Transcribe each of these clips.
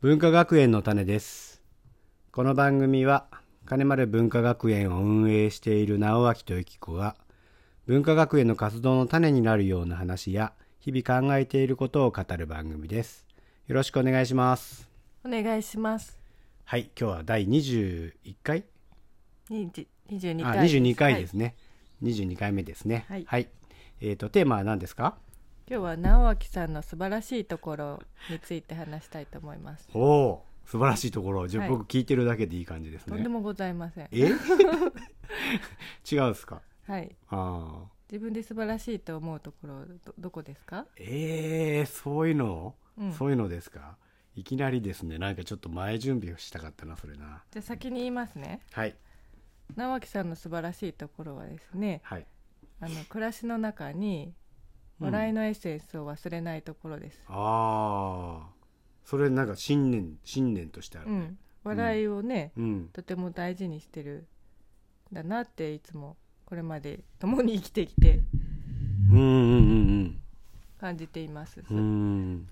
文化学園の種ですこの番組は金丸文化学園を運営している直明とゆき子が文化学園の活動の種になるような話や日々考えていることを語る番組ですよろしくお願いしますお願いします。はい今日は第21回二十二十二あ回。。22回ですすね、22回目ですねはいえっ、とテーマは何ですか今日は直明さんの素晴らしいところについて話したいと思います。おおー素晴らしいところじゃあはい僕聞いてるだけでいい感じですとね、んでもございません。え 違うんですかはい。ああ自分で素晴らしいと思うところどどこですか？えー、そういうの、うんそういうのですかいきなりですねなんかちょっと前準備をしたかったなそれなじゃあ先に言いますね。はい直明さんの素晴らしいところはですね、はいあの暮らしの中にうん笑いのエッセンスを忘れないところです。ああそれなんか信念信念としてあうるん。ね笑いをね、うん、とても大事にしてるんだなっていつもこれまで共に生きてきてうん、うんうん感じています。うんうん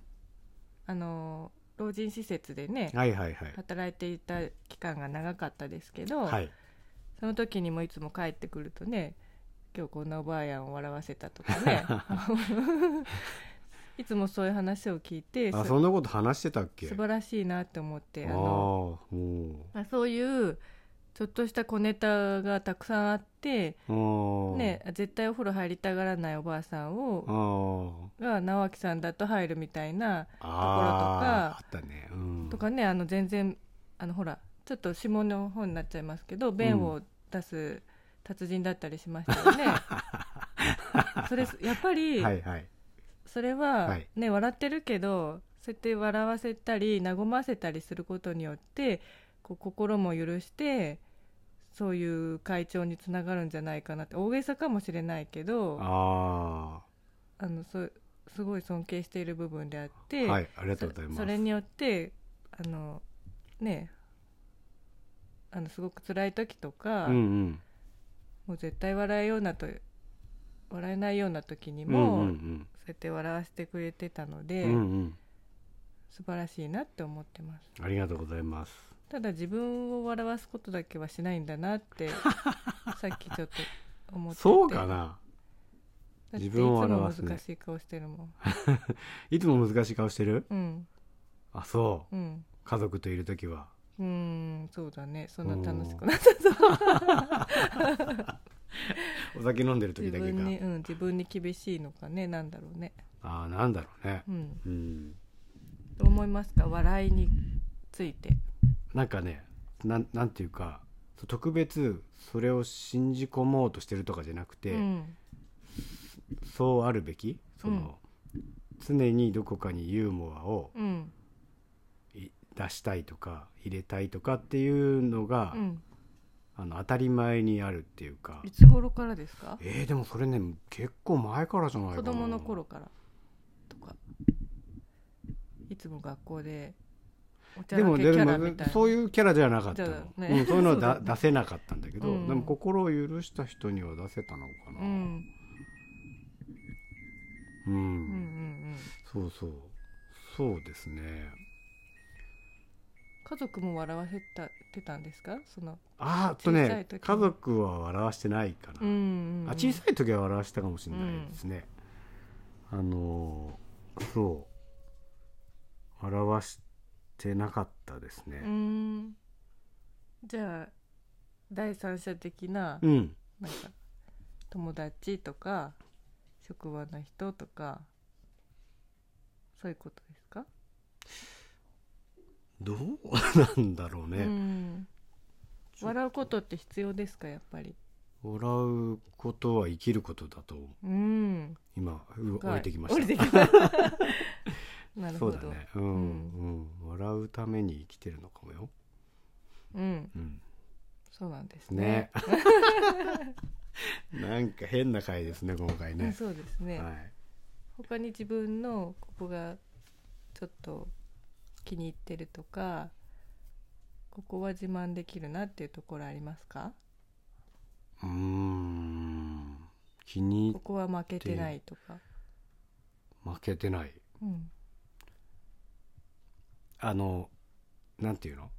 あの老人施設でねはいはいはい働いていた期間が長かったですけど、はいその時にもいつも帰ってくるとね今日こんなおばあやんを笑わせたとか ね いつもそういう話を聞いてあすそんなこと話してたっけ素晴らしいなって思ってあああのもうまあ、そういうちょっとした小ネタがたくさんあって、あーね、絶対お風呂入りたがらないおばあさんあをーが直明さんだと入るみたいなあーあかったねうんとかねあの全然あのほらちょっと下の方になっちゃいますけど便を出す達人だったりしまし たよね、それやっぱりはいはいそれははいね、笑ってるけどそうやって笑わせたり和ませたりすることによってこう心も許してそういう会長につながるんじゃないかなって大げさかもしれないけどああのそうすごい尊敬している部分であっあて、はいありがとそうございますそれによってあのねあのすごく辛い時とか、うんうんもう絶対笑えようなと笑えないような時にうんも、うんうんそうやって笑わせてくれてたので、うんうん素晴らしいなって思ってますありがとうございますただ自分を笑わすことだけはしないんだなって さっきちょっと思っててそうかなだって自分を笑わすいつねも難しい顔してるもんいつも難しい顔してるうんあそうんう家族といる時はうーんそうだねそんな楽しうんくなっちゃったお酒飲んでる時自だけか分に、うん、自分に厳しいのかねなんだろうねああなんだろうねうんうんどう思いますか笑いについてなんかねなんなんていうかそう特別それを信じ込もうとしてるとかじゃなくて、うんそうあるべきその、常にどこかにユーモアをうんい出したいとか入れたいとかっていうのが、うんあの当たり前にあるっていうかいつ頃からですかえー、でもそれね結構前からじゃないかな子供の頃からとかいつも学校でおちゃでらもけキでャもラみたいなそういうキャラではなかったじの、ゃあねうん、そういうのはだ そうだ出せなかったんだけど、うんでも心を許した人には出せたのかな、ううんんうんうんうんそうそうそうですね家族も笑わせたてたんですかそのあーあと小さいね時家族は笑わしてないかな、うんうんうんあ小さい時は笑わしたかもしれないですね、あのーそう笑わしてなかったですうーねんじゃあ第三者的なうん、なんか友達とか職場の人とかそういうことですか、どうなんだろううね、ん笑うことって必要ですかやっぱり笑うことは生きることだとうん今うは置いてきました降りて きましたなるそほうどだねうん、うん笑うために生きてるのかもよ、うんうん、そうなんですねね なんか変な回ですね今回うんね、そうですね、はい、他に自分のここがちょっと気に入ってるとかここは自慢できるなっていうところありますかうーん気にここは負けてないとか、負けてないうん、あのなんていうの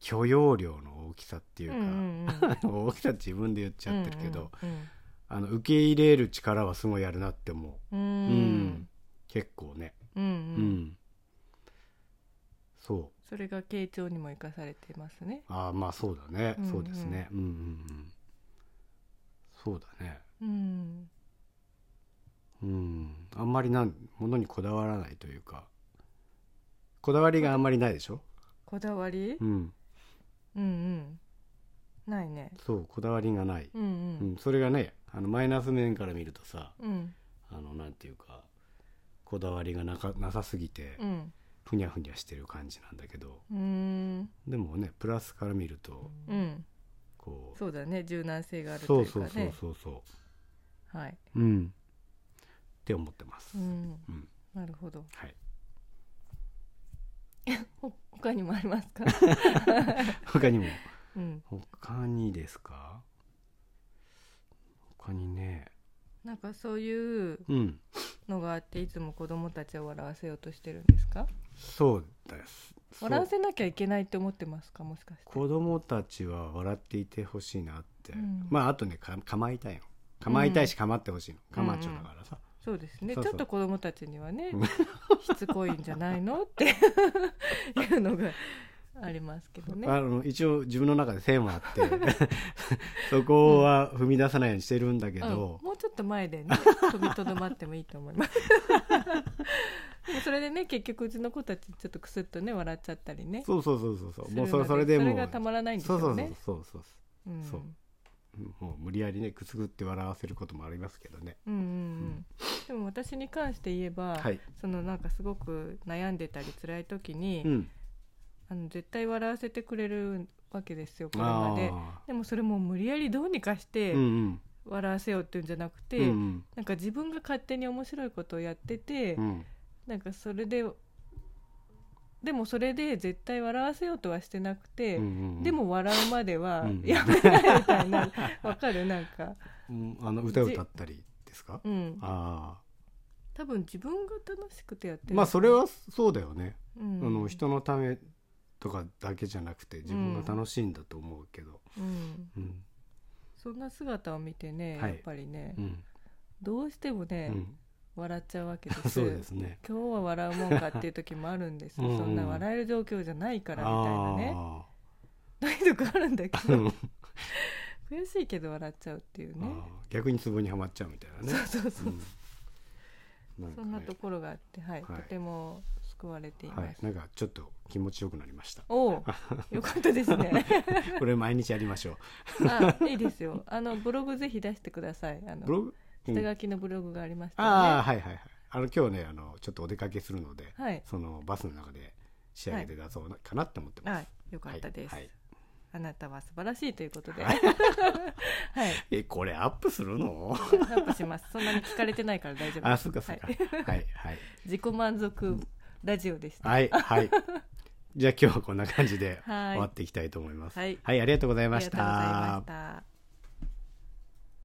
許容量の大きさっていううか、んうんうん、大きさ自分で言っちゃってるけど、うんあの受け入れる力はすごいやるなって思う、うんううんん結構ね、うんうんうんそうそれが傾聴にも生かされてますね、ああまあそうだね、うんうんそうですねうんうんうんそうだねうん、うんあんまりなんものにこだわらないというかこだわりがあんまりないでしょ、こだわり、うん、うんうんないねそうこだわりがない、うんううんん、それがねあのマイナス面から見るとさうんあのなんていうかこだわりがなかなさすぎてうんふにゃふにゃしてる感じなんだけどうんでもねプラスから見るとうんこうそうだね柔軟性があるそうというかそうねそうそうそはい、ううんって思ってます、うん、うんなるほどはいほ他にもあります か、他にもうん、他にですか他にねなんかそういううんのがあっていつも子供たちを笑わせようとしてるんですかそうですそう笑わせなきゃいけないって思ってますかもしかして子供たちは笑っていてほしいなって、うんまああとねか構いたいの構いたいし構ってほしいの構っちゃうだからさ、そうですねそうそうちょっと子供たちにはねうんしつこいんじゃないのって いうのがありますけどねあの一応自分の中で線はあって そこは踏み出さないようにしてるんだけうんど、もうちょっと前 でね飛びとどまってもいいと思いますでもそれでね結局うちの子たちちょっとクスッとね笑っちゃったりねそうそうそうそうそうするもうのそれそれでもうそれがたまらないんですそうよそうそうねそうそううんそうもう無理やりねくすぐって笑わせることもありますけどねうんうんうんでも私に関して言えば、はいそのなんかすごく悩んでたり辛い時に、うんあの絶対笑わせてくれるわけですよこれまあででもそれも無理やりどうにかしてーうんうん笑わせようっていうんじゃなくて、うんうんなんか自分が勝手に面白いことをやってて、うんなんかそれででもそれで絶対笑わせようとはしてなくて、うんうんでも笑うまではうんやめないみた いなわかるなんか、うんあの歌を歌ったりですかうん、あ多分自分が楽しくてやってあるまあそれ、はそうだよね、うんあの人のためとかだけじゃなくて自分が楽しいんだと思うけど、うん、うんそんな姿を見てね、はいやっぱりね、うんどうしてもうね、ん、笑っちゃうわけで すそうですね今日は笑うもんかっていう時もあるんですうんうんそんな笑える状況じゃないからみたいなねあないとこあるんだけーど うん悔しいけど笑っちゃうっていうねあー逆にツボにはまっちゃうみたいなね。そうそうそう、うんそんなかねところがあってはい、はいとても救われています、はい、なんかちょっと気持ちよくなりました。おおよかったです ねこれ毎日やりましょう。あいいですよあのブログぜひ出してくださいあブのログ、うん下書きのブログがありましたああよね、はいはいはい。あの今日ねあのちょっとお出かけするので、はいそのバスの中で仕上げて出そうなかなって思ってます。あよかったです、はいはいあなたは素晴らしいということでは はいい、えこれアップするの？アップしますそんなに聞かれてないから大丈夫ですあそっかそっか。はいはいはい自己満足ラジオでした。はいはい。じゃあ今日はこんな感じではい終わっていきたいと思います。はいありがとうございあまりしがとうございまたし。た。